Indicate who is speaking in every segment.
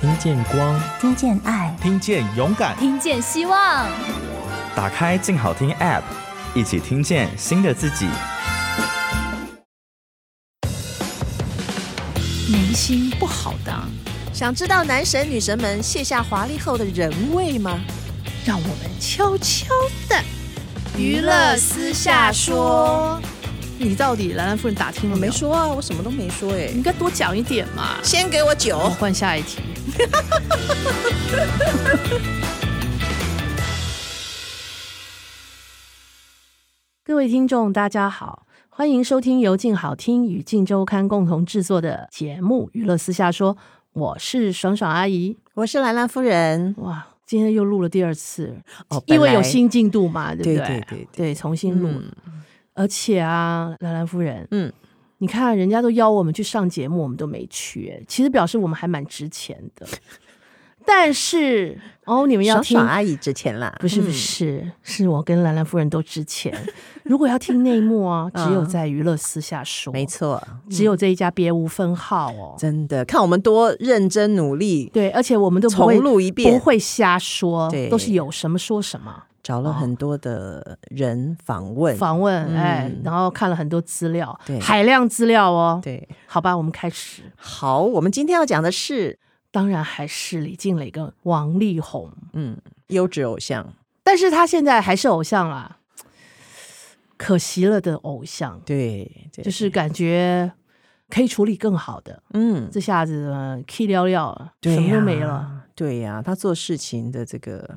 Speaker 1: 听见光，
Speaker 2: 听见爱，
Speaker 3: 听见勇敢，
Speaker 4: 听见希望。
Speaker 5: 打开静好听 App，一起听见新的自己。
Speaker 6: 明星不好当，
Speaker 7: 想知道男神女神们卸下华丽后的人味吗？
Speaker 6: 让我们悄悄的
Speaker 8: 娱乐私下说。
Speaker 6: 你到底兰兰夫人打听了
Speaker 7: 我没说啊，我什么都没说哎、
Speaker 6: 你应该多讲一点嘛。
Speaker 7: 先给我酒。
Speaker 6: 我换下一题。 各位听众，大家好，欢迎收听由静好听与静周刊共同制作的节目《娱乐私下说》，我是爽爽阿姨。
Speaker 7: 我是兰兰夫人，
Speaker 6: 哇，今天又录了第二次，
Speaker 7: 哦
Speaker 6: 因为有
Speaker 7: 本来
Speaker 6: 新进度嘛，对不
Speaker 7: 对
Speaker 6: 对
Speaker 7: 对对
Speaker 6: 重新录。
Speaker 7: 嗯
Speaker 6: 而且啊，兰兰夫人，
Speaker 7: 嗯，
Speaker 6: 你看人家都邀我们去上节目，我们都没去，其实表示我们还蛮值钱的。 但是哦，你们要
Speaker 7: 爽
Speaker 6: 听
Speaker 7: 爽阿姨之前啦，
Speaker 6: 不是不
Speaker 7: 嗯
Speaker 6: 是，是我跟兰兰夫人都值钱。 如果要听内幕啊，只有
Speaker 7: 嗯
Speaker 6: 在娱乐私下说，
Speaker 7: 没，错，嗯
Speaker 6: 只有这一家别无分号哦。
Speaker 7: 真的看我们多认真努力，
Speaker 6: 对，而且我们都不会
Speaker 7: 重录一遍
Speaker 6: 不会瞎说，
Speaker 7: 对
Speaker 6: 都是有什么说什么。
Speaker 7: 找了很多的人访问，
Speaker 6: 访问，
Speaker 7: 嗯
Speaker 6: 哎，然后看了很多资料，
Speaker 7: 对
Speaker 6: 海量资料哦。，
Speaker 7: 对，
Speaker 6: 好吧，我们开始。
Speaker 7: 好，我们今天要讲的是，
Speaker 6: 当然还是李静蕾跟王力宏，
Speaker 7: 嗯，优质偶像，
Speaker 6: 但是他现在还是偶像啦，可惜了的偶像，
Speaker 7: 对，对
Speaker 6: 就是感觉可以处理更好的。
Speaker 7: 嗯，
Speaker 6: 这下子呃 key 寥寥了，
Speaker 7: 对
Speaker 6: 什么都
Speaker 7: 呀
Speaker 6: 没了。，
Speaker 7: 对呀、他做事情的这个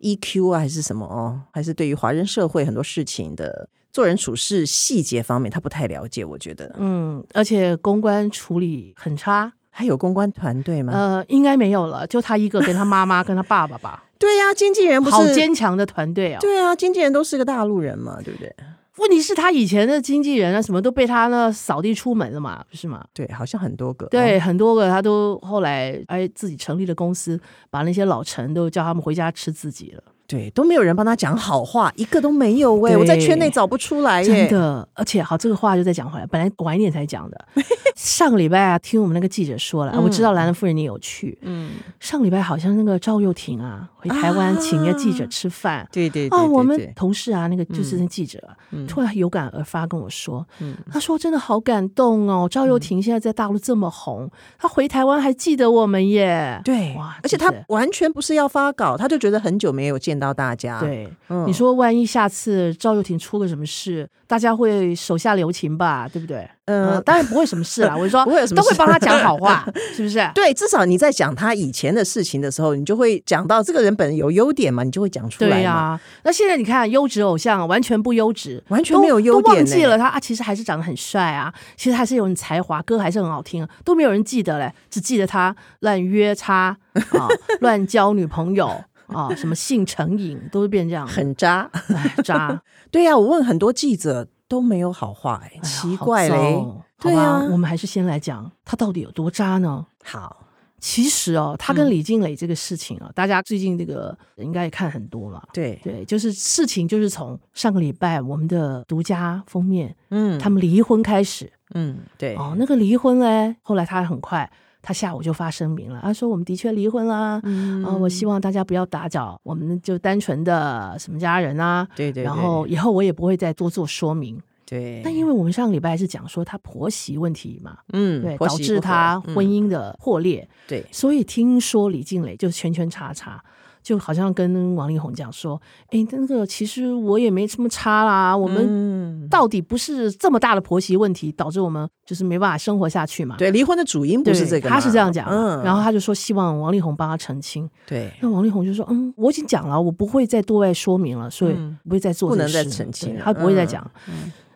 Speaker 7: EQ 啊，还是什么哦，还是对于华人社会很多事情的做人处事细节方面，他不太了解，我觉得。
Speaker 6: 嗯，而且公关处理很差。
Speaker 7: 还有公关团队吗？
Speaker 6: 呃，应该没有了，就他一个跟他妈妈跟他爸爸 吧，
Speaker 7: 对呀、经纪人不是
Speaker 6: 好坚强的团队哦。
Speaker 7: 对啊，经纪人都是个大陆人嘛，对不对？
Speaker 6: 问题是，他以前的经纪人啊，什么都被他那扫地出门了嘛，不是吗？
Speaker 7: 对，好像很多个。
Speaker 6: 对，
Speaker 7: 哦，
Speaker 6: 很多个他都后来哎自己成立了公司，把那些老臣都叫他们回家吃自己了，
Speaker 7: 对，都没有人帮他讲好话，一个都没有喂、
Speaker 6: 对
Speaker 7: 我在圈内找不出来哎耶、
Speaker 6: 真的。而且好，这个话就再讲回来，本来晚一点才讲 的。上个礼拜啊，听我们那个记者说了，我知道兰兰夫人你有去。
Speaker 7: 嗯，
Speaker 6: 上个礼拜好像那个赵又廷啊，回台湾请一个记者
Speaker 7: 啊
Speaker 6: 吃饭。
Speaker 7: 对对对
Speaker 6: 哦，我
Speaker 7: 对嗯
Speaker 6: 们
Speaker 7: 对
Speaker 6: 同事啊，那个就是那记者啊，突然有感而发跟我说，
Speaker 7: 嗯
Speaker 6: 他说真的好感动哦，赵又廷现在在大陆这么红，他回台湾还记得我们耶。
Speaker 7: 对
Speaker 6: 哇，
Speaker 7: 而且
Speaker 6: 真
Speaker 7: 他
Speaker 6: 是
Speaker 7: 完全不是要发稿，他就觉得很久没有见到大家。，
Speaker 6: 对，
Speaker 7: 嗯
Speaker 6: 你说万一下次赵又廷出个什么事，大家会手下留情吧，对不对？
Speaker 7: 嗯
Speaker 6: 当然不会什么事啦，我是说
Speaker 7: 不会有什
Speaker 6: 都
Speaker 7: 么
Speaker 6: 会
Speaker 7: 事
Speaker 6: 帮他讲 好话，是不是？
Speaker 7: 对，至少你在讲他以前的事情的时候，你就会讲到这个人本人有优点嘛，你就会讲出来嘛。
Speaker 6: 对呀、那现在你看，优质偶像完全不优质，
Speaker 7: 完全
Speaker 6: 都
Speaker 7: 没有优
Speaker 6: 都忘
Speaker 7: 点
Speaker 6: 记
Speaker 7: 嘞
Speaker 6: 了他啊，其实还是长得很帅啊，其实还是有点才华，歌还是很好听、啊，都没有人记得嘞，只记得他乱约叉 啊，乱交女朋友啊，什么性成瘾，都是变 这样，
Speaker 7: 很渣。
Speaker 6: 哎渣。
Speaker 7: 对呀、我问很多记者都没有好话、哎，
Speaker 6: 哎呀
Speaker 7: 奇怪嘞。
Speaker 6: 好糟哦好
Speaker 7: 对
Speaker 6: 吧，
Speaker 7: 啊
Speaker 6: 我们还是先来讲他到底有多渣呢？
Speaker 7: 好，
Speaker 6: 其实哦，他
Speaker 7: 嗯
Speaker 6: 跟李静蕾这个事情啊，大家最近这个应该也看很多了。
Speaker 7: 对，
Speaker 6: 对，就是事情就是从上个礼拜我们的独家封面，
Speaker 7: 嗯，
Speaker 6: 他们离婚开始
Speaker 7: 嗯，对，
Speaker 6: 哦，那个离婚嘞，后来他很快，他下午就发声明了，他说我们的确离婚啦，啊、
Speaker 7: 嗯
Speaker 6: 我希望大家不要打搅，我们就单纯的什么家人啊，
Speaker 7: 对对对，
Speaker 6: 然后以后我也不会再多做说明。
Speaker 7: 对，
Speaker 6: 但因为我们上个礼拜是讲说她婆媳问题嘛，
Speaker 7: 嗯，
Speaker 6: 对，
Speaker 7: 婆
Speaker 6: 导
Speaker 7: 媳
Speaker 6: 致
Speaker 7: 不和
Speaker 6: 她婚、
Speaker 7: 嗯
Speaker 6: 姻的破裂，
Speaker 7: 对，
Speaker 6: 所以听说李静蕾就圈圈叉叉。就好像跟王力宏讲说：“哎，那个其实我也没什么差啦，我们
Speaker 7: 嗯，
Speaker 6: 到底不是这么大的婆媳问题，导致我们就是没办法生活下去嘛。”
Speaker 7: 对离婚的主因不是
Speaker 6: 对
Speaker 7: 这个嘛，
Speaker 6: 他是这样讲的。
Speaker 7: 嗯，
Speaker 6: 然后他就说希望王力宏帮他澄清。
Speaker 7: 对，
Speaker 6: 那王力宏就说：“嗯，我已经讲了，我不会再对外说明了，所以
Speaker 7: 嗯
Speaker 6: 不会再做
Speaker 7: 不
Speaker 6: 这个
Speaker 7: 能再
Speaker 6: 事了
Speaker 7: 澄清
Speaker 6: 对
Speaker 7: 了
Speaker 6: 他不会再
Speaker 7: 嗯
Speaker 6: 讲。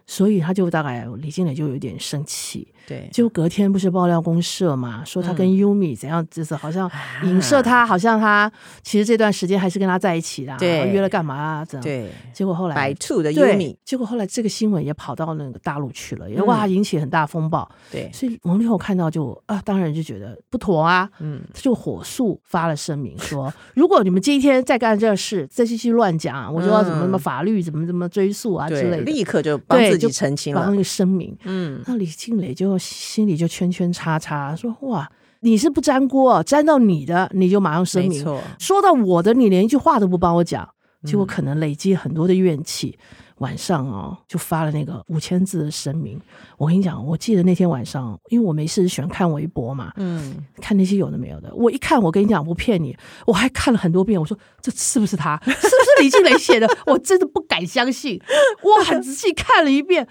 Speaker 6: 所以他就大概李静蕾就有点生气，
Speaker 7: 对，
Speaker 6: 就隔天不是爆料公社嘛，说他跟
Speaker 7: 嗯啊
Speaker 6: Yumi 怎样，就是好像影射他，好像他其实这段时间还是跟他在一起的啊，
Speaker 7: 对
Speaker 6: 然后约了干嘛啊？这样，
Speaker 7: 对，
Speaker 6: 结果后来
Speaker 7: 白兔的优
Speaker 6: 对
Speaker 7: 米，，
Speaker 6: 结果后来这个新闻也跑到那个大陆去了，也
Speaker 7: 嗯
Speaker 6: 哇引起很大风暴，
Speaker 7: 对，
Speaker 6: 所以王力宏看到就啊，当然就觉得不妥啊，
Speaker 7: 嗯，
Speaker 6: 他就火速发了声明说，如果你们今天再干这事，再继续乱讲 啊，我就要怎么怎么
Speaker 7: 嗯
Speaker 6: 法律怎么怎么追诉啊之
Speaker 7: 对，
Speaker 6: 类的，
Speaker 7: 立刻就帮
Speaker 6: 对
Speaker 7: 自己
Speaker 6: 就
Speaker 7: 澄清
Speaker 6: 发
Speaker 7: 了
Speaker 6: 那，个声明。
Speaker 7: 嗯，
Speaker 6: 那李静蕾就心里就圈圈叉叉，说哇，你是不粘锅，啊粘到你的你就马上声
Speaker 7: 没
Speaker 6: 明，
Speaker 7: 错，嗯
Speaker 6: 说到我的，你连一句话都不帮我讲，结果可能累积很多的怨气。晚上哦，就发了那个五千字的声明。我跟你讲，我记得那天晚上，因为我没事喜欢看微博嘛，
Speaker 7: 嗯，
Speaker 6: 看那些有的没有的。我一看，我跟你讲，不骗你，我还看了很多遍。我说这是不是他？是不是李静蕾写 的？我真的不敢相信。我很仔细看了一遍，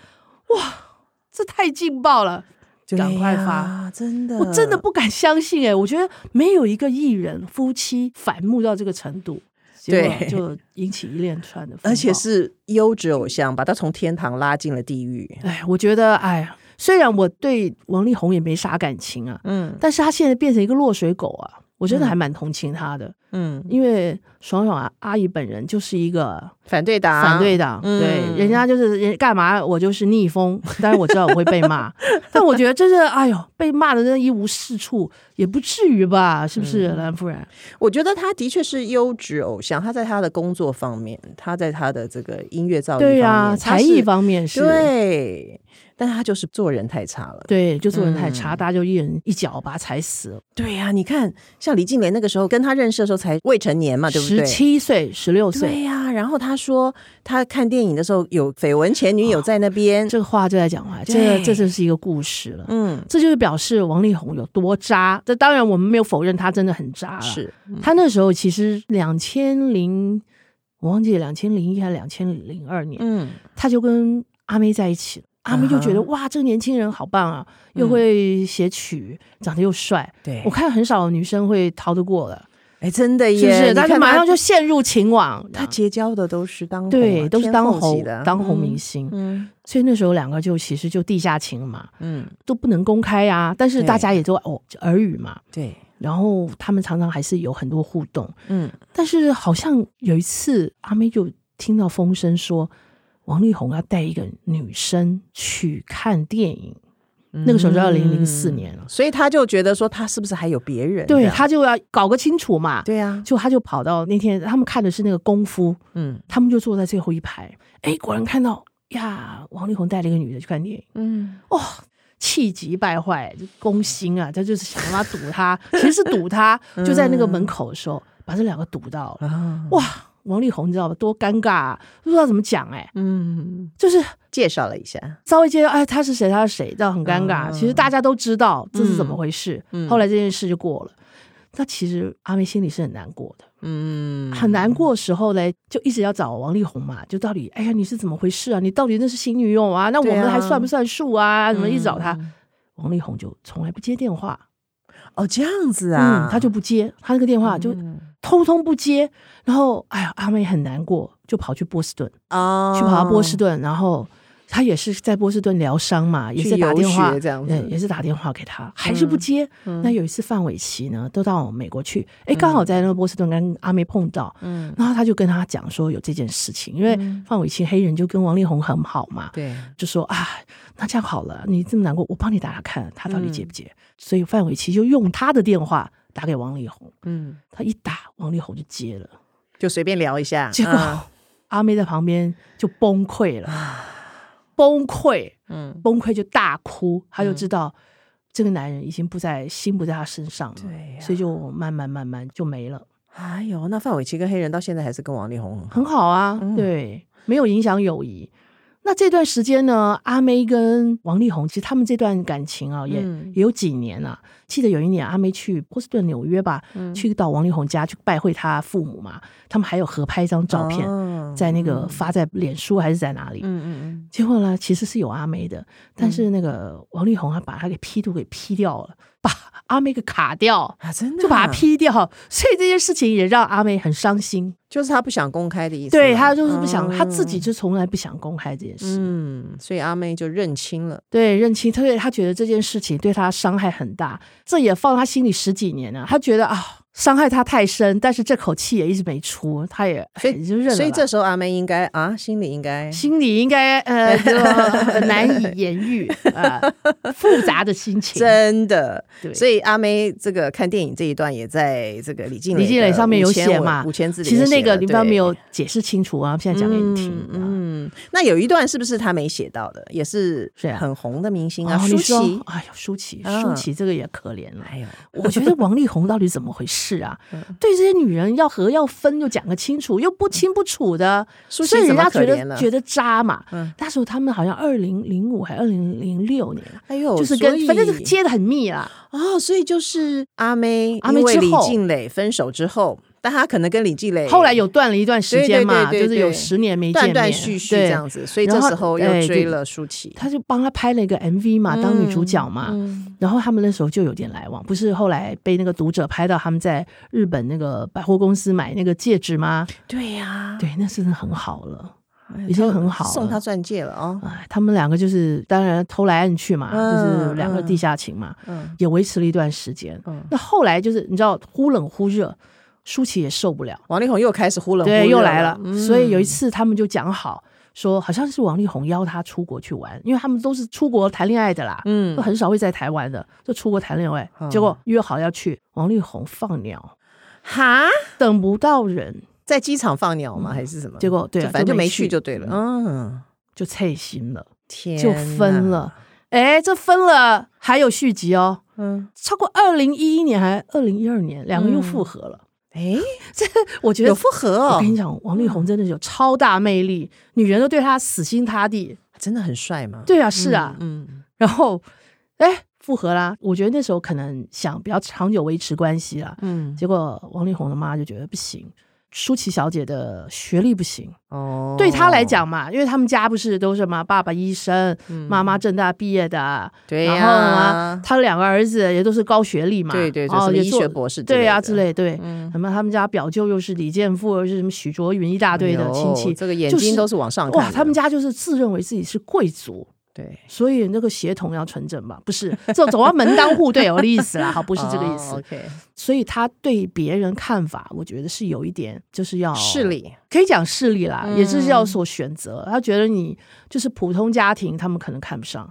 Speaker 6: 哇，这太劲爆了！
Speaker 7: 对
Speaker 6: 赶快
Speaker 7: 呀
Speaker 6: 发，
Speaker 7: 真的，
Speaker 6: 我真的不敢相信哎、我觉得没有一个艺人夫妻反目到这个程度，结果
Speaker 7: 对
Speaker 6: 就引起一连串的风暴，
Speaker 7: 而且是优质偶像，把他从天堂拉进了地狱。
Speaker 6: 哎，我觉得哎呀，虽然我对王力宏也没啥感情啊，
Speaker 7: 嗯
Speaker 6: 但是他现在变成一个落水狗啊，我真的
Speaker 7: 嗯
Speaker 6: 还蛮同情他的，
Speaker 7: 嗯，
Speaker 6: 因为爽爽啊阿姨本人就是一个
Speaker 7: 反对党，
Speaker 6: 反对党，
Speaker 7: 嗯
Speaker 6: 对，人家就是人干嘛，我就是逆风，当然我知道我会被 骂，但我觉得真是哎呦，被骂的真的一无是处，也不至于吧，是不是，
Speaker 7: 嗯
Speaker 6: 兰夫人？
Speaker 7: 我觉得他的确是优质偶像，他在他的工作方面，他在他的这个音乐造诣
Speaker 6: 对
Speaker 7: 呀、
Speaker 6: 呀，
Speaker 7: 他
Speaker 6: 才艺
Speaker 7: 是
Speaker 6: 方面是。
Speaker 7: 对，但他就是做人太差了。
Speaker 6: 对，就做人太差，
Speaker 7: 嗯
Speaker 6: 大家就一人一脚把他踩死了。
Speaker 7: 对呀、你看，像李静蕾那个时候跟他认识的时候才未成年啊嘛，对不对？
Speaker 6: 十七岁、十六岁，
Speaker 7: 对呀、然后他说他看电影的时候有绯闻前女友在那边，
Speaker 6: 这个话哦就在讲话，这
Speaker 7: 对
Speaker 6: 这就是一个故事了。
Speaker 7: 嗯，
Speaker 6: 这就是表示王力宏有多渣。这当然我们没有否认他真的很渣了。
Speaker 7: 是，嗯
Speaker 6: 他那时候其实两千零，我忘记两千零一还是两千零二年，
Speaker 7: 嗯，
Speaker 6: 他就跟阿妹在一起了。阿妹就觉得、
Speaker 7: 啊哈嗯
Speaker 6: 哇，这个年轻人好棒啊，又会写曲，长得又帅。
Speaker 7: 对
Speaker 6: 我，看很少女生会逃得过的，
Speaker 7: 哎，真的耶，
Speaker 6: 是不是？
Speaker 7: 你
Speaker 6: 他就
Speaker 7: 看
Speaker 6: 马上就陷入情网，
Speaker 7: 他结交的都是当红啊
Speaker 6: 对，都是
Speaker 7: 天
Speaker 6: 当
Speaker 7: 后级
Speaker 6: 红
Speaker 7: 的
Speaker 6: 当红明，星。
Speaker 7: 嗯
Speaker 6: 所以那时候两个就其实就地下情嘛，
Speaker 7: 嗯，
Speaker 6: 都不能公开呀、但是
Speaker 7: 对
Speaker 6: 大家也都哦就耳语嘛，
Speaker 7: 对，
Speaker 6: 然后他们常常还是有很多互动。
Speaker 7: 嗯，
Speaker 6: 但是好像有一次，阿妹就听到风声说，王力宏要带一个女生去看电影，那个时候
Speaker 7: 嗯
Speaker 6: 是二零零四年了，
Speaker 7: 所以他就觉得说他是不是还有别人？这
Speaker 6: 对，
Speaker 7: 样
Speaker 6: 他就要搞个清楚嘛。
Speaker 7: 对啊，
Speaker 6: 就他就跑到那天他们看的是那个功夫，
Speaker 7: 嗯
Speaker 6: 他们就坐在最后一排，哎，果然看到呀，王力宏带了一个女的去看电影。
Speaker 7: 嗯，
Speaker 6: 哇、气急败坏，就攻心啊，他就是想办法堵 他，其实是堵他，
Speaker 7: 嗯
Speaker 6: 就在那个门口的时候，把这两个堵到了。
Speaker 7: 啊，
Speaker 6: 哇，王力宏你知道吧？多尴尬、啊，不知道怎么讲哎、
Speaker 7: 嗯，
Speaker 6: 就是
Speaker 7: 介绍了一下，
Speaker 6: 稍微介绍，哎，他是谁，他是谁，这样很尴尬。
Speaker 7: 嗯
Speaker 6: 其实大家都知道这是怎么回事，
Speaker 7: 嗯嗯
Speaker 6: 后来这件事就过了。那其实阿妹心里是很难过的，
Speaker 7: 嗯，
Speaker 6: 很难过的时候嘞，就一直要找王力宏嘛，就到底，哎呀，你是怎么回事啊？你到底那是新女友啊？那我
Speaker 7: 对
Speaker 6: 们
Speaker 7: 啊
Speaker 6: 还算不算数啊？怎么一直找他？
Speaker 7: 嗯
Speaker 6: 王力宏就从来不接电话，
Speaker 7: 哦，这样子啊，
Speaker 6: 嗯，
Speaker 7: 嗯
Speaker 6: 他就不接，他那个电话就通通不接。然后，哎呀，阿妹很难过，就跑去波士顿，
Speaker 7: 啊，
Speaker 6: 去跑到波士顿，然后他也是在波士顿疗伤嘛，也是打电
Speaker 7: 游
Speaker 6: 话
Speaker 7: 学这样子嗯
Speaker 6: 对，也是打电话给他，还是不接。那有一次范玮琪呢，都到美国去，哎，刚好在那个波士顿跟阿妹碰到，
Speaker 7: 嗯，
Speaker 6: 然后他就跟他讲说有这件事情，因为范玮琪黑人就跟王力宏很好嘛，
Speaker 7: 对，
Speaker 6: 就说啊，那这样好了，你这么难过，我帮你打打看，他到底
Speaker 7: 嗯
Speaker 6: 接不接？所以范玮琪就用他的电话打给王力宏，
Speaker 7: 嗯，
Speaker 6: 他一打，王力宏就接了，
Speaker 7: 就随便聊一下，
Speaker 6: 结果、
Speaker 7: 嗯
Speaker 6: 阿妹在旁边就崩溃了，崩溃，
Speaker 7: 嗯，
Speaker 6: 崩溃就大哭，他就知道。这个男人已经不在心不在他身上了，
Speaker 7: 对呀
Speaker 6: 所以就慢慢慢慢就没了，
Speaker 7: 哎呦，那范玮琪跟黑人到现在还是跟王力宏很好，
Speaker 6: 很好啊，
Speaker 7: 嗯
Speaker 6: 对，没有影响友谊。那这段时间呢，阿妹跟王力宏其实他们这段感情啊，也、
Speaker 7: 嗯
Speaker 6: 也有几年了、记得有一年阿妹去波士顿、纽约吧，
Speaker 7: 嗯
Speaker 6: 去到王力宏家去拜会他父母嘛，他们还有合拍一张照片，
Speaker 7: 哦
Speaker 6: 在那个发在脸书还是在哪里？
Speaker 7: 嗯嗯
Speaker 6: 结果呢，其实是有阿妹的，但是那个王力宏他把他给 P 图给 P 掉了，把阿妹给卡掉，
Speaker 7: 嗯，啊，真的啊
Speaker 6: 就把他 P 掉，所以这件事情也让阿妹很伤心。
Speaker 7: 就是他不想公开的意思，
Speaker 6: 对他就是不想，
Speaker 7: 嗯
Speaker 6: 他自己就从来不想公开这件事。
Speaker 7: 嗯，所以阿妹就认清了，
Speaker 6: 对，认清，特别他觉得这件事情对他伤害很大，这也放他心里十几年了。他觉得啊，伤害他太深，但是这口气也一直没出，他也
Speaker 7: 所
Speaker 6: 哎
Speaker 7: 以
Speaker 6: 就认了
Speaker 7: 所以
Speaker 6: 吧
Speaker 7: 这时候阿妹应该啊，心里应该
Speaker 6: 心里应该呃就很难以言 喻呃复杂的心情。
Speaker 7: 真的，
Speaker 6: 对，
Speaker 7: 所以阿妹这个看电影这一段也在这个李静
Speaker 6: 李静
Speaker 7: 磊
Speaker 6: 蕾
Speaker 7: 的
Speaker 6: 上面有
Speaker 7: 5000
Speaker 6: 写嘛
Speaker 7: 文五千字里
Speaker 6: 其
Speaker 7: 面
Speaker 6: 实
Speaker 7: 写了，
Speaker 6: 那个林芳
Speaker 7: 对
Speaker 6: 没有解释清楚啊，现在讲给你听啊。
Speaker 7: 嗯，嗯那有一段是不是他没写到的？也是
Speaker 6: 是啊
Speaker 7: 很红的明星啊，
Speaker 6: 哦
Speaker 7: 舒
Speaker 6: 你说
Speaker 7: 淇。
Speaker 6: 哎呦，舒淇，
Speaker 7: 啊
Speaker 6: 舒淇这个也可怜了。
Speaker 7: 哎呦，
Speaker 6: 我 觉得王力宏到底怎么回事啊？
Speaker 7: 嗯
Speaker 6: 对这些女人要和要分就讲个清楚，又不清不楚的，
Speaker 7: 嗯舒
Speaker 6: 所以
Speaker 7: 淇怎
Speaker 6: 人
Speaker 7: 么
Speaker 6: 家
Speaker 7: 可
Speaker 6: 觉
Speaker 7: 怜
Speaker 6: 得
Speaker 7: 了？
Speaker 6: 觉得渣嘛。
Speaker 7: 嗯
Speaker 6: 那时候他们好像二零零五还二零零六年，
Speaker 7: 哎呦，
Speaker 6: 就是
Speaker 7: 所
Speaker 6: 跟
Speaker 7: 以
Speaker 6: 反正接的很密啊。
Speaker 7: 哦，所以就是阿妹，
Speaker 6: 阿妹
Speaker 7: 因为
Speaker 6: 之
Speaker 7: 李
Speaker 6: 后
Speaker 7: 静蕾分手之后，但她可能跟李静蕾
Speaker 6: 后来有断了一段时间嘛，
Speaker 7: 对对对对
Speaker 6: 就是有十年没见
Speaker 7: 断
Speaker 6: 面，
Speaker 7: 断续续
Speaker 6: 对
Speaker 7: 这样子，所以这
Speaker 6: 然后
Speaker 7: 时候又
Speaker 6: 哎对
Speaker 7: 追了舒淇。
Speaker 6: 他就帮他拍了一个 MV 嘛，当女主角嘛。
Speaker 7: 嗯
Speaker 6: 然后他们那时候就有点来往，不是后来被那个读者拍到他们在日本那个百货公司买那个戒指吗？
Speaker 7: 对呀，
Speaker 6: 对，那真的很好了。
Speaker 7: 啊哎
Speaker 6: 已经
Speaker 7: 她
Speaker 6: 很好
Speaker 7: 送
Speaker 6: 了
Speaker 7: 她钻戒了哦。
Speaker 6: 哎，他们两个就是当然偷来暗去嘛，
Speaker 7: 嗯
Speaker 6: 就是两个地下情嘛，
Speaker 7: 嗯
Speaker 6: 也维持了一段时间。
Speaker 7: 嗯，
Speaker 6: 那后来就是你知道忽冷忽热，舒淇也受不了，
Speaker 7: 王力宏又开始忽冷忽热
Speaker 6: 对，又来了。
Speaker 7: 嗯
Speaker 6: 所以有一次他们就讲好，说好像是王力宏邀他出国去玩，因为他们都是出国谈恋爱的啦，
Speaker 7: 嗯
Speaker 6: 都很少会在台湾的，就出国谈恋爱。结果约好要去，王力宏放鸟，
Speaker 7: 哈，
Speaker 6: 等不到人，
Speaker 7: 在机场放鸟吗？还是什么？
Speaker 6: 结果对啊
Speaker 7: 就反正就
Speaker 6: 就没
Speaker 7: 没
Speaker 6: 去
Speaker 7: 去就对了。嗯，
Speaker 6: 就脆心了，
Speaker 7: 天
Speaker 6: 就分
Speaker 7: 哪。
Speaker 6: 了。哎，这分了还有续集哦，
Speaker 7: 嗯，
Speaker 6: 超过二零一一年还二零一二年，两个又
Speaker 7: 嗯
Speaker 6: 复合了。
Speaker 7: 哎，
Speaker 6: 我觉得
Speaker 7: 有复合
Speaker 6: 我
Speaker 7: 哦
Speaker 6: 跟，你讲，王力宏真的有超大魅力，女人都对他死心塌地。
Speaker 7: 真的很帅嘛。
Speaker 6: 对啊，是啊，
Speaker 7: 嗯，
Speaker 6: 然后，哎，复合啦。我觉得那时候可能想比较长久维持关系啦。
Speaker 7: 嗯嗯，
Speaker 6: 结果王力宏的妈就觉得不行，舒淇小姐的学历不行，
Speaker 7: 哦，
Speaker 6: 对她来，讲嘛，因为他们家不是都是嘛，爸爸医生，妈妈正大毕业的，
Speaker 7: 哦对
Speaker 6: 然后
Speaker 7: 嗯哎呀
Speaker 6: 呢，，他两个儿子也都是高学历嘛，
Speaker 7: 对对对，
Speaker 6: 哦，
Speaker 7: 什么
Speaker 6: 也
Speaker 7: 医
Speaker 6: 做
Speaker 7: 学博士，
Speaker 6: 对
Speaker 7: 呀
Speaker 6: 啊之类，对。
Speaker 7: 嗯，
Speaker 6: 什么他们家表舅又是李健富，又是什么许卓云一大堆的亲
Speaker 7: 哎
Speaker 6: 戚
Speaker 7: 呦，这个眼
Speaker 6: 就是
Speaker 7: 睛都是往上看
Speaker 6: 哇，
Speaker 7: 的
Speaker 6: 他们家就是自认为自己是贵族，
Speaker 7: 对，
Speaker 6: 所以那个协同要纯正吧？不是，这种总要门当户对，我的意思啦，好，不
Speaker 7: 不
Speaker 6: 是这个意思。
Speaker 7: 哦 OK，
Speaker 6: 所以他对别人看法，我觉得是有一点，就是要
Speaker 7: 视，力，
Speaker 6: 可以讲势力啦，
Speaker 7: 嗯
Speaker 6: 也是要所选择。他觉得你就是普通家庭，他们可能看不上，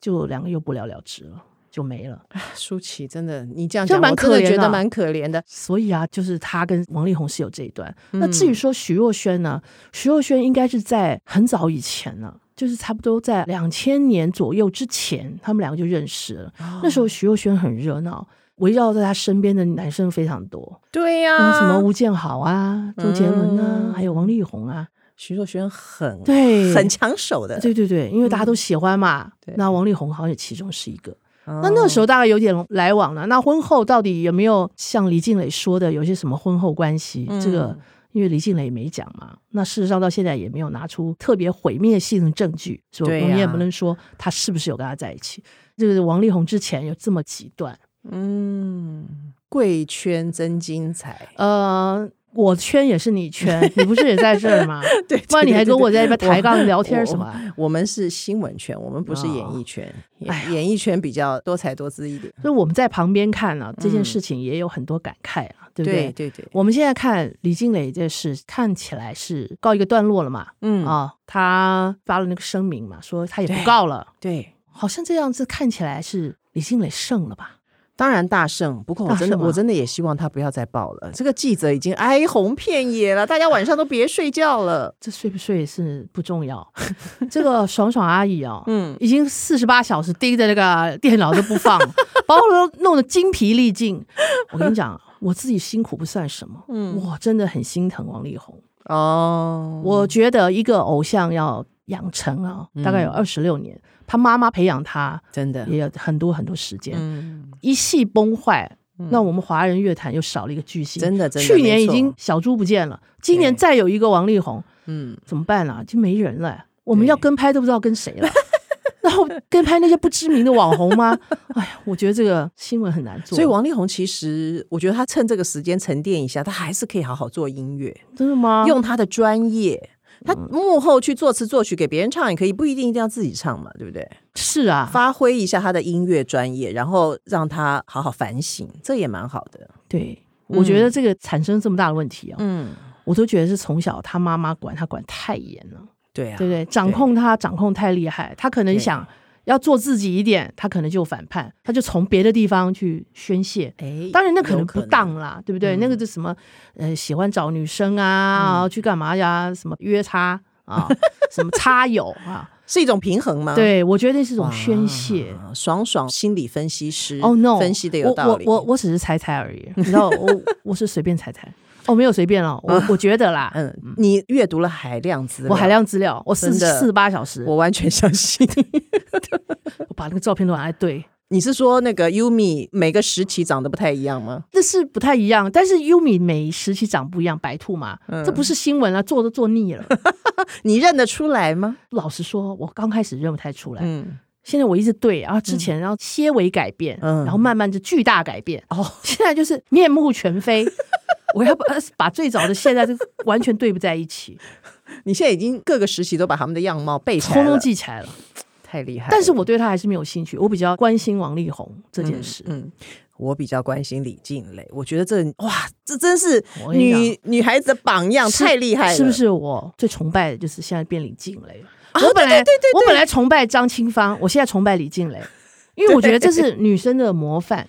Speaker 6: 就两个又不了了之了，就没了。
Speaker 7: 舒淇真的，你这样
Speaker 6: 这
Speaker 7: 讲，
Speaker 6: 蛮
Speaker 7: 我真
Speaker 6: 可
Speaker 7: 的
Speaker 6: 怜
Speaker 7: 觉得
Speaker 6: 的
Speaker 7: 蛮可怜的。
Speaker 6: 所以啊，就是他跟王力宏是有这一段。那至
Speaker 7: 嗯
Speaker 6: 于说徐若瑄呢，徐若瑄应该是在很早以前了，就是差不多在两千年左右之前，他们两个就认识了。那
Speaker 7: 哦
Speaker 6: 时候徐若瑄很热闹。围绕在她身边的男生非常多，
Speaker 7: 对呀
Speaker 6: 像什么吴建豪啊、周杰伦啊，
Speaker 7: 啊嗯
Speaker 6: 还有王力宏啊，
Speaker 7: 徐若瑄 很
Speaker 6: 对
Speaker 7: 很抢手的，
Speaker 6: 对对对，因为大家都喜欢嘛。
Speaker 7: 对
Speaker 6: 那王力宏好像也其中是一个。
Speaker 7: 哦，
Speaker 6: 那那时候大概有点来往了。那婚后到底有没有像李静蕾说的有些什么婚后关系？
Speaker 7: 嗯
Speaker 6: 这个因为李静蕾也没讲嘛。那事实上到现在也没有拿出特别毁灭性的证据，所以
Speaker 7: 对
Speaker 6: 我
Speaker 7: 呀
Speaker 6: 们也不能说他是不是有跟他在一起。就是王力宏之前有这么几段，
Speaker 7: 嗯，贵圈真精彩，
Speaker 6: 呃。我圈也是你圈，你不是也在这儿吗？
Speaker 7: 对，
Speaker 6: 不然你还
Speaker 7: 对对
Speaker 6: 跟我在那边
Speaker 7: 对
Speaker 6: 抬杠
Speaker 7: 我
Speaker 6: 聊天
Speaker 7: 我
Speaker 6: 什么啊？
Speaker 7: 我们是新闻圈，我们不是演艺圈，
Speaker 6: 哎呀
Speaker 7: 演演艺圈比较多才多姿一点。
Speaker 6: 所以我们在旁边看啊，这件事情也有很多感慨啊，对不
Speaker 7: 对对对，
Speaker 6: 我们现在看李静蕾这事，看起来是告一个段落了嘛？
Speaker 7: 嗯啊，
Speaker 6: 啊，他发了那个声明嘛，说他也
Speaker 7: 对
Speaker 6: 不告了，
Speaker 7: 对，
Speaker 6: 好像这样子看起来是李静蕾胜了吧？
Speaker 7: 当然大胜，不过我
Speaker 6: 大
Speaker 7: 真的
Speaker 6: 胜啊
Speaker 7: 我真的也希望他不要再爆了。这个记者已经哀鸿遍野了，大家晚上都别睡觉 了。
Speaker 6: 这睡不睡是不重要， 这个爽爽阿姨哦，
Speaker 7: 嗯，
Speaker 6: 已经四十八小时盯着那个电脑都不放， 把我都弄得精疲力尽。我跟你 讲，我自己辛苦不算什么，
Speaker 7: 嗯
Speaker 6: 我真的很心疼王力宏。
Speaker 7: 哦，
Speaker 6: 我觉得一个偶像要养成啊，
Speaker 7: 嗯
Speaker 6: 大概有二十六年，他妈妈培养他
Speaker 7: 真的，
Speaker 6: 也有很多很多时间。
Speaker 7: 嗯，
Speaker 6: 一系崩坏，那我们华人乐坛又少了一个巨星。
Speaker 7: 真的真的，
Speaker 6: 去年
Speaker 7: 没
Speaker 6: 已
Speaker 7: 错
Speaker 6: 经小猪不见了，今年
Speaker 7: 对
Speaker 6: 再有一个王力宏，
Speaker 7: 嗯，
Speaker 6: 怎么办啊？就没人了，我们
Speaker 7: 对
Speaker 6: 要跟拍都不知道跟谁了。 然后跟拍那些不知名的网红 吗？哎呀，我觉得这个新闻很难做。
Speaker 7: 所以王力宏其实我觉得他趁这个时间沉淀一下，他还是可以好好做音乐。
Speaker 6: 真的吗？
Speaker 7: 用他的专业，
Speaker 6: 嗯
Speaker 7: 他幕后去作词作曲给别人唱也可以，不一定一定要自己唱嘛，对不对？
Speaker 6: 是啊，
Speaker 7: 发挥一下他的音乐专业，然后让他好好反省，这也蛮好的。
Speaker 6: 对。我觉得这个产生这么大的问题啊、
Speaker 7: 嗯，
Speaker 6: 我都觉得是从小他妈妈管他管太严了，
Speaker 7: 对啊，
Speaker 6: 对不对？掌控他掌控太厉害，他可能
Speaker 7: 对
Speaker 6: 想要做自己一点，他可能就反叛，他就从别的地方去宣泄。
Speaker 7: 哎，
Speaker 6: 当然，那可能
Speaker 7: 有嗯
Speaker 6: 不当啦，对不对？那个就什么，呃，喜欢找女生啊，去干嘛呀？什么约她 啊，什么插友啊？
Speaker 7: 是一种平衡吗？
Speaker 6: 对，我觉得那是一种
Speaker 7: 哇，
Speaker 6: 宣泄。
Speaker 7: 爽爽心理分析师
Speaker 6: 哦、no，
Speaker 7: 分析的有道理，
Speaker 6: 我我我我只是猜猜而 已，你知道，我我是随便猜猜。哦，没有随便了，我我觉得啦，
Speaker 7: 嗯，你阅读了海量资料，
Speaker 6: 我海，量资料，我四
Speaker 7: 真的
Speaker 6: 四十八小时，
Speaker 7: 我完全相信。
Speaker 6: 我把那个照片都拿来对，
Speaker 7: 你是说那个 Yumi 每个时期长得不太一样吗？
Speaker 6: 这是不太一样。但是优米每时期长不一样，白兔嘛，
Speaker 7: 嗯
Speaker 6: 这不是新闻啊，做都做腻了。
Speaker 7: 你认得出来吗？
Speaker 6: 老实说，我刚开始认不太出来，
Speaker 7: 嗯，
Speaker 6: 现在我一直对，然后之前然后些微改变，
Speaker 7: 嗯
Speaker 6: 然后慢慢就巨大改变，
Speaker 7: 哦，
Speaker 6: 现在就是面目全 非。我要把把最早的现在这个完全对不在一起，
Speaker 7: 你现在已经各个时期都把他们的样貌背起来
Speaker 6: 通
Speaker 7: 了，
Speaker 6: 通记起来了。
Speaker 7: 太厉害了。
Speaker 6: 但是我对他还是没有兴趣，我比较关心王力宏这件事。
Speaker 7: 嗯，我比较关心李静蕾，我觉得这哇，这真是
Speaker 6: 我跟你讲
Speaker 7: 女女孩子的榜样，
Speaker 6: 是
Speaker 7: 太厉害了，啊
Speaker 6: 是不？是我最崇拜的就是现在变李静蕾？我本来
Speaker 7: 对对对对
Speaker 6: 我本来崇拜张清芳，我现在崇拜李静 蕾，因为我觉得这是女生的模范。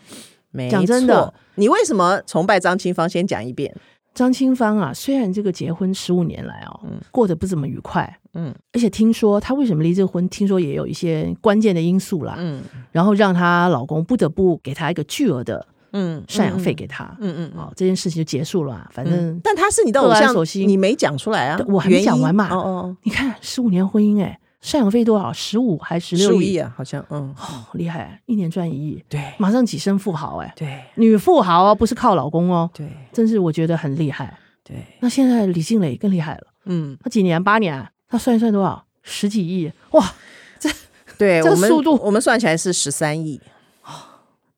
Speaker 7: 没
Speaker 6: 讲真的
Speaker 7: 错，你为什么崇拜张清芳？先讲一遍，
Speaker 6: 张清芳啊，虽然这个结婚十五年来哦，过得不怎么愉快，
Speaker 7: 嗯
Speaker 6: 而且听说她为什么离这个婚，听说也有一些关键的因素啦，
Speaker 7: 嗯
Speaker 6: 然后让她老公不得不给她一个巨额的
Speaker 7: 嗯，
Speaker 6: 赡养费给她，
Speaker 7: 嗯嗯嗯
Speaker 6: 哦，这件事情就结束了啊，反正、
Speaker 7: 但他是你的偶
Speaker 6: 各安
Speaker 7: 像
Speaker 6: 所，需
Speaker 7: 你没讲出来啊
Speaker 6: 对，我还没
Speaker 7: 原因
Speaker 6: 讲完嘛
Speaker 7: 哦 哦，
Speaker 6: 你看十五年婚姻、哎，赡养费多少？十五还十
Speaker 7: 十
Speaker 6: 六
Speaker 7: 五
Speaker 6: 亿
Speaker 7: 亿？啊，好像 嗯，
Speaker 6: 哦，厉害，一年赚一亿，
Speaker 7: 对
Speaker 6: 马上跻身富豪哎、
Speaker 7: 对
Speaker 6: 女富豪哦，不是靠老公哦，
Speaker 7: 对
Speaker 6: 真是我觉得很厉害。
Speaker 7: 对，
Speaker 6: 那现在李静蕾更厉害了，
Speaker 7: 嗯，
Speaker 6: 她几年？八年？她算一算多少？十几亿哇！
Speaker 7: 对，
Speaker 6: 这
Speaker 7: 我们
Speaker 6: 速度
Speaker 7: 我们算起来是十三亿，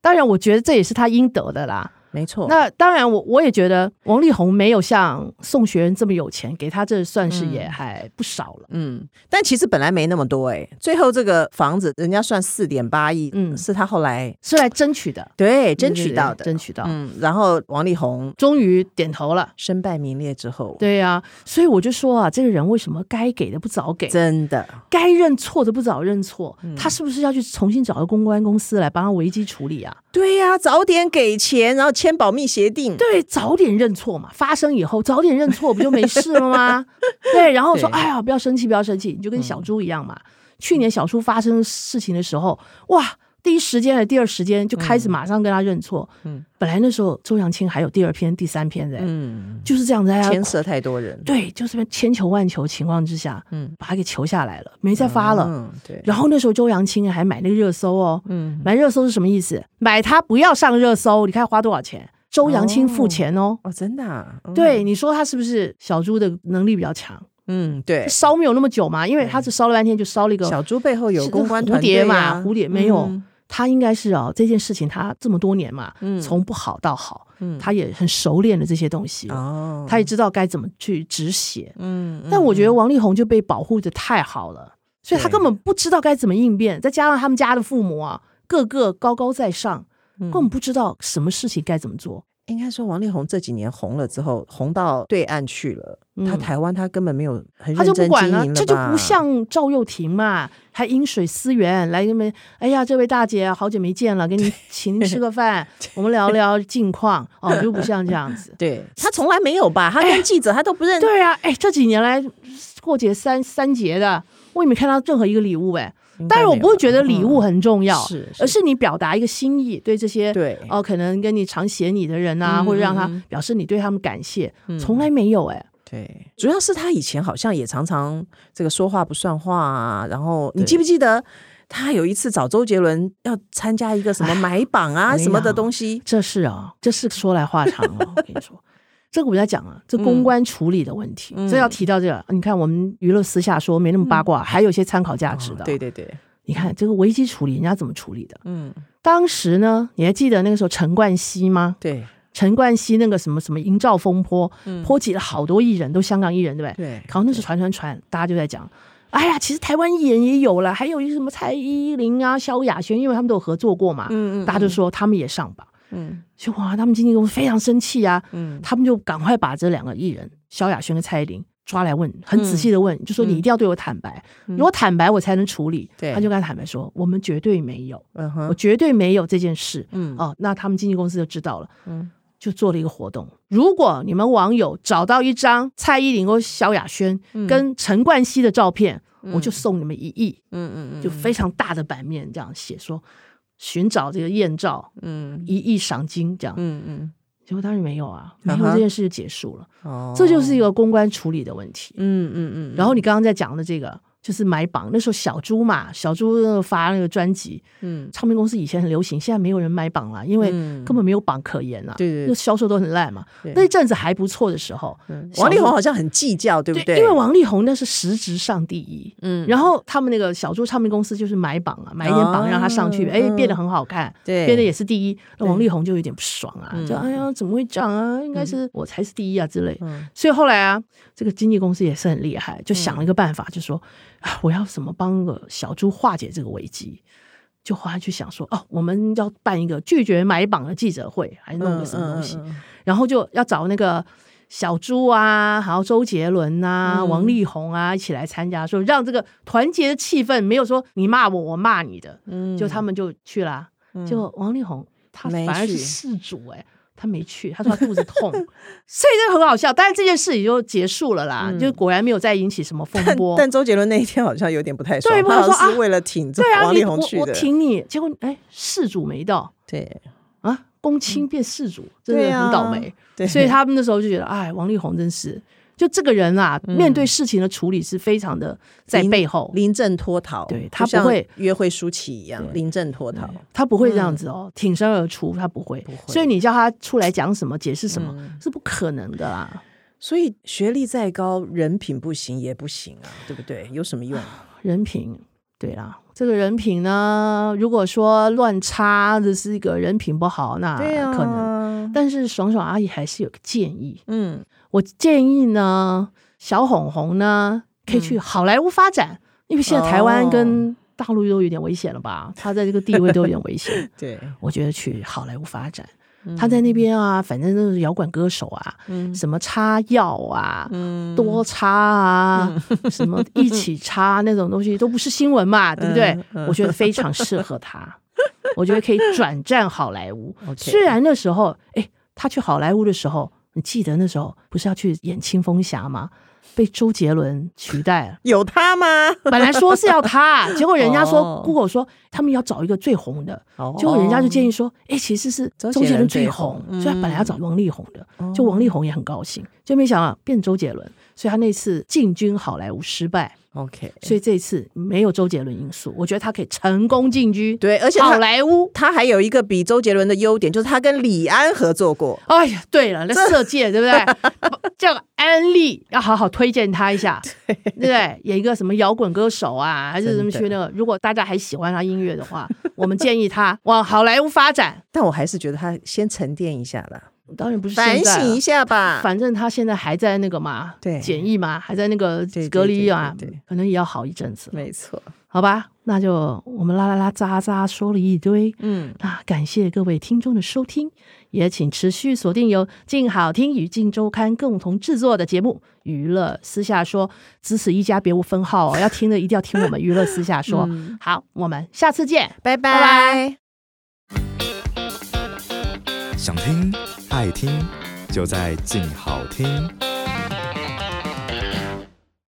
Speaker 6: 当然，我觉得这也是她应得的啦。
Speaker 7: 没错，
Speaker 6: 那当然我，我也觉得王力宏没有像宋学仁这么有钱，给他这算是也还不少了。
Speaker 7: 嗯，但其实本来没那么多哎、最后这个房子人家算四点八亿，
Speaker 6: 嗯
Speaker 7: 嗯，是他后来
Speaker 6: 是来争取的，
Speaker 7: 对争取到的，
Speaker 6: 争取到，
Speaker 7: 嗯，然后王力宏
Speaker 6: 终于点头了。
Speaker 7: 身败名裂之后，
Speaker 6: 对呀、所以我就说啊，这个人为什么该给的不早给，
Speaker 7: 真的
Speaker 6: 该认错的不早认错？
Speaker 7: 嗯
Speaker 6: 他是不是要去重新找个公关公司来帮他危机处理啊？
Speaker 7: 对呀、早点给钱，然后签保密协定，
Speaker 6: 对，早点认错嘛，发生以后早点认错不就没事了吗？ 对，然后说
Speaker 7: 对嗯
Speaker 6: 哎呀，不要生气，不要生气，你就跟小猪一样嘛。去年小猪发生事情的时候，哇，第一时间还是第二时间就开始马上跟他认错。
Speaker 7: 嗯
Speaker 6: 本来那时候周扬青还有第二篇、第三篇的、
Speaker 7: 嗯，
Speaker 6: 就是这样子哎呀。
Speaker 7: 牵涉太多人，
Speaker 6: 对，就是千求万求情况之下，
Speaker 7: 嗯，
Speaker 6: 把他给求下来了，没再发了。
Speaker 7: 嗯，对，
Speaker 6: 然后那时候周扬青还买那个热搜哦，
Speaker 7: 嗯，
Speaker 6: 买热搜是什么意思？买他不要上热搜，你看花多少钱？周扬青付钱哦
Speaker 7: 哦，真的、啊，嗯，
Speaker 6: 对，你说他是不是小猪的能力比较强？
Speaker 7: 嗯，对，
Speaker 6: 烧没有那么久嘛，因为他是烧了半天就烧了一个
Speaker 7: 小猪背后有公关
Speaker 6: 蝴
Speaker 7: 团
Speaker 6: 蝶
Speaker 7: 队、
Speaker 6: 嘛，
Speaker 7: 啊、
Speaker 6: 蝴蝶没有
Speaker 7: 嗯，
Speaker 6: 他应该是哦，这件事情他这么多年嘛，
Speaker 7: 嗯
Speaker 6: 从不好到好，
Speaker 7: 嗯
Speaker 6: 他也很熟练的这些东西，
Speaker 7: 哦，
Speaker 6: 他也知道该怎么去止血。
Speaker 7: 嗯，嗯
Speaker 6: 但我觉得王力宏就被保护的太好了，所以他
Speaker 7: 对
Speaker 6: 根本不知道该怎么应变，再加上他们家的父母啊，个个高高在上，
Speaker 7: 嗯
Speaker 6: 根本不知道什么事情该怎么做。
Speaker 7: 应该说，王力宏这几年红了之后，红到对岸去了。他
Speaker 6: 嗯
Speaker 7: 台湾他根本没有很
Speaker 6: 他就不
Speaker 7: 认真
Speaker 6: 管
Speaker 7: 经
Speaker 6: 了
Speaker 7: 营，
Speaker 6: 这就
Speaker 7: 吧。
Speaker 6: 不像赵又廷嘛，还饮水思源，来跟们，哎呀，这位大姐好久没见了，给你请您吃个饭，我们聊聊近况哦，就不像这样子
Speaker 7: 对他从来没有吧？他
Speaker 6: 哎
Speaker 7: 跟记者他都不认。
Speaker 6: 对啊，哎，这几年来过节三三节的，我也没看到任何一个礼物哎。
Speaker 7: 应该
Speaker 6: 当然，我
Speaker 7: 没有
Speaker 6: 不会觉得
Speaker 7: 吧
Speaker 6: 礼物很重要，
Speaker 7: 嗯是是
Speaker 6: 而是你表达一个心意，对这些
Speaker 7: 对
Speaker 6: 哦、可能跟你常写你的人啊，
Speaker 7: 嗯
Speaker 6: 或者让
Speaker 7: 嗯
Speaker 6: 他
Speaker 7: 嗯
Speaker 6: 表示你对他们感谢，
Speaker 7: 嗯
Speaker 6: 从来没有哎。
Speaker 7: 对，主要是他以前好像也常常这个说话不算话啊。然后你
Speaker 6: 对
Speaker 7: 记不记得他有一次找周杰伦要参加一个什么买榜
Speaker 6: 我
Speaker 7: 啊
Speaker 6: 跟你
Speaker 7: 什么的
Speaker 6: 讲
Speaker 7: 东西？
Speaker 6: 这是啊，这是说来话长 哦。我跟你说，这个我要讲啊，这公关处理的问题，
Speaker 7: 嗯
Speaker 6: 这要提到这个。你看，我们娱乐私下说没那么八卦，还有一些参考价值的。
Speaker 7: 哦对，对对，
Speaker 6: 你看这个危机处理，人家怎么处理的？
Speaker 7: 嗯，
Speaker 6: 当时呢，你还记得那个时候陈冠希吗？
Speaker 7: 对
Speaker 6: 陈冠希那个什么什么营造风波，波及了好多艺人，都香港艺人，对不对？
Speaker 7: 嗯对，
Speaker 6: 然后那时候传传传，大家就在讲。哎呀，其实台湾艺人也有了，还有一些什么蔡依林啊、萧亚轩，因为他们都有合作过嘛，
Speaker 7: 嗯嗯
Speaker 6: 大家就说他们也上榜。
Speaker 7: 嗯
Speaker 6: 就哇，他们经纪公司非常生气啊，
Speaker 7: 嗯，
Speaker 6: 他们就赶快把这两个艺人萧亚轩跟蔡依林抓来问，很仔细的问，
Speaker 7: 嗯
Speaker 6: 就说你一定要对我坦白，如果坦白我才能处理。
Speaker 7: 对
Speaker 6: 他就跟他坦白说，我们绝对没有，
Speaker 7: 嗯
Speaker 6: 我
Speaker 7: 哼，
Speaker 6: 绝对没有这件事。
Speaker 7: 嗯
Speaker 6: 哦，那他们经纪公司就知道了，
Speaker 7: 嗯
Speaker 6: 就做了一个活动。如果你们网友找到一张蔡依林或萧亚轩跟陈冠希的照片，我就送你们一亿，
Speaker 7: 嗯嗯嗯，
Speaker 6: 就非常大的版面这样写说，寻找这个艳照
Speaker 7: 嗯
Speaker 6: 一亿赏金这样。
Speaker 7: 嗯嗯，
Speaker 6: 结果当然没有啊，没
Speaker 7: 嗯哼
Speaker 6: 有这件事就结束了。
Speaker 7: 哦，
Speaker 6: 嗯这就是一个公关处理的问题。
Speaker 7: 嗯嗯嗯，
Speaker 6: 然后你刚刚在讲的这个。就是买榜，那时候小猪嘛，小猪那个发那个专辑，
Speaker 7: 嗯，
Speaker 6: 唱片公司以前很流行，现在没有人买榜了，因为
Speaker 7: 嗯
Speaker 6: 根本没有榜可言啊，
Speaker 7: 对对对
Speaker 6: 就销售都很烂嘛。
Speaker 7: 对
Speaker 6: 那一阵子还不错的时候，
Speaker 7: 嗯王力宏好像很计较，对不
Speaker 6: 对，因为王力宏那是实质上第一，
Speaker 7: 嗯，
Speaker 6: 然后他们那个小猪唱片公司就是买榜啊，买一点榜
Speaker 7: 哦
Speaker 6: 让他上去，哎、
Speaker 7: 嗯
Speaker 6: 变得很好看，
Speaker 7: 对
Speaker 6: 变得也是第一。那王力宏就有点不爽啊，
Speaker 7: 嗯
Speaker 6: 就哎呀，怎么会这样啊？应该是我才是第一啊之类。
Speaker 7: 嗯
Speaker 6: 所以后来啊，这个经纪公司也是很厉害，就想了一个办法，就说啊，我要怎么帮个小猪化解这个危机。就后来去想说，哦，我们要办一个拒绝买榜的记者会，还弄个什么东西，
Speaker 7: 嗯
Speaker 6: 然后就要找那个小猪啊，还有周杰伦啊、
Speaker 7: 嗯
Speaker 6: 王力宏啊一起来参加，说让这个团结的气氛没有说你骂我，我骂你的，
Speaker 7: 嗯
Speaker 6: 就他们就去啦。结果王力宏他
Speaker 7: 没
Speaker 6: 反而
Speaker 7: 去
Speaker 6: 是事主哎、他没去，他说他肚子 痛，所以这个很好笑。但是这件事也就结束了啦，就果然没有再引起什么风波。
Speaker 7: 嗯但周杰伦那一天好像有点不太爽，
Speaker 6: 对
Speaker 7: 他好
Speaker 6: 我说
Speaker 7: 像
Speaker 6: 啊
Speaker 7: 是为了挺着
Speaker 6: 对啊，
Speaker 7: 王
Speaker 6: 你
Speaker 7: 力
Speaker 6: 我
Speaker 7: 宏去
Speaker 6: 我
Speaker 7: 的，
Speaker 6: 挺你，结果哎，事主没到
Speaker 7: 对
Speaker 6: 啊，公卿变事主，真的
Speaker 7: 嗯对啊
Speaker 6: 很倒 霉。
Speaker 7: 对，
Speaker 6: 所以他们那时候就觉得，哎，王力宏真是，就这个人啊，面
Speaker 7: 嗯
Speaker 6: 对事情的处理是非常的在背后，
Speaker 7: 临阵脱逃，
Speaker 6: 对他
Speaker 7: 就像
Speaker 6: 不会
Speaker 7: 约会舒淇一样，临阵脱逃，
Speaker 6: 他不会这样子哦，挺身而出，他不会。
Speaker 7: 嗯会嗯
Speaker 6: 所以你叫他出来讲什么、解释什么，是不可能的啦。
Speaker 7: 所以学历再高，人品不行也不行啊，对不对？有什么用？
Speaker 6: 人品，对啦，这个人品呢，如果说乱插的是一个人品不好，那
Speaker 7: 对啊，
Speaker 6: 可能。但是爽爽阿姨还是有个建议，
Speaker 7: 嗯，，
Speaker 6: 我建议呢，小红红呢可以去好莱坞发展，因为现在台湾跟大陆都有点危险了吧？他在这个地位都有点危险
Speaker 7: 对，
Speaker 6: 我觉得去好莱坞发展。
Speaker 7: 嗯
Speaker 6: 他在那边啊，反正都是摇滚歌手啊，什么插药啊，
Speaker 7: 嗯，
Speaker 6: 多插啊，什么一起插那种东西都不是新闻 嘛，对不对？
Speaker 7: 嗯
Speaker 6: 我觉得非常适合他， 我觉得可以转战好莱坞。
Speaker 7: OK。
Speaker 6: 虽然那时候，哎，他去好莱坞的时候，你记得那时候不是要去演《清风侠》吗？被周杰伦取代了
Speaker 7: 有他吗？
Speaker 6: 本来说是要 他，结果人家
Speaker 7: 哦
Speaker 6: 说 Google 说他们要找一个最红的，
Speaker 7: 哦
Speaker 6: 结果人家 就建议说，哎，其实是
Speaker 7: 周
Speaker 6: 周
Speaker 7: 杰
Speaker 6: 杰
Speaker 7: 伦
Speaker 6: 伦最
Speaker 7: 最
Speaker 6: 红嗯哦
Speaker 7: 红，
Speaker 6: 所以他本来要找王力宏的，就王力宏也很高兴，就没想到变周杰伦，所以他那次进军好莱坞失败，
Speaker 7: 哦 OK，
Speaker 6: 所以这次没有周杰伦因素，我觉得他可以成功进军
Speaker 7: 对，而且
Speaker 6: 好
Speaker 7: 他
Speaker 6: 莱坞。
Speaker 7: 他还有一个比周杰伦的优点，就是他跟李安合作过。
Speaker 6: 哎呀，对了，那色戒对不 对？叫安利要好好推荐他一下，对不对？演一个什么摇滚歌手啊，还是什么
Speaker 7: 真
Speaker 6: 去
Speaker 7: 的
Speaker 6: 那个？如果大家还喜欢他音乐的话，我们建议他往好莱坞发展。
Speaker 7: 但我还是觉得他先沉淀一下啦，
Speaker 6: 当然不是
Speaker 7: 反
Speaker 6: 现在啊
Speaker 7: 省一下吧。
Speaker 6: 反正他现在还在那个嘛，
Speaker 7: 对
Speaker 6: 检疫嘛，还在那个
Speaker 7: 对对
Speaker 6: 隔离啊
Speaker 7: 对对对，
Speaker 6: 可能也要好一阵子，
Speaker 7: 没错，
Speaker 6: 好吧？那就我们啦啦啦喳喳说了一堆，
Speaker 7: 嗯，
Speaker 6: 那感谢各位听众的收听，也请持续锁定由静好听与静周刊共同制作的节目《娱乐私下说》，支持一家别无分号哦，要听的一定要听我们娱乐私下 说。
Speaker 7: 嗯
Speaker 6: 好，我们下次见。
Speaker 7: 拜拜。
Speaker 5: 想听爱听，就在静好听。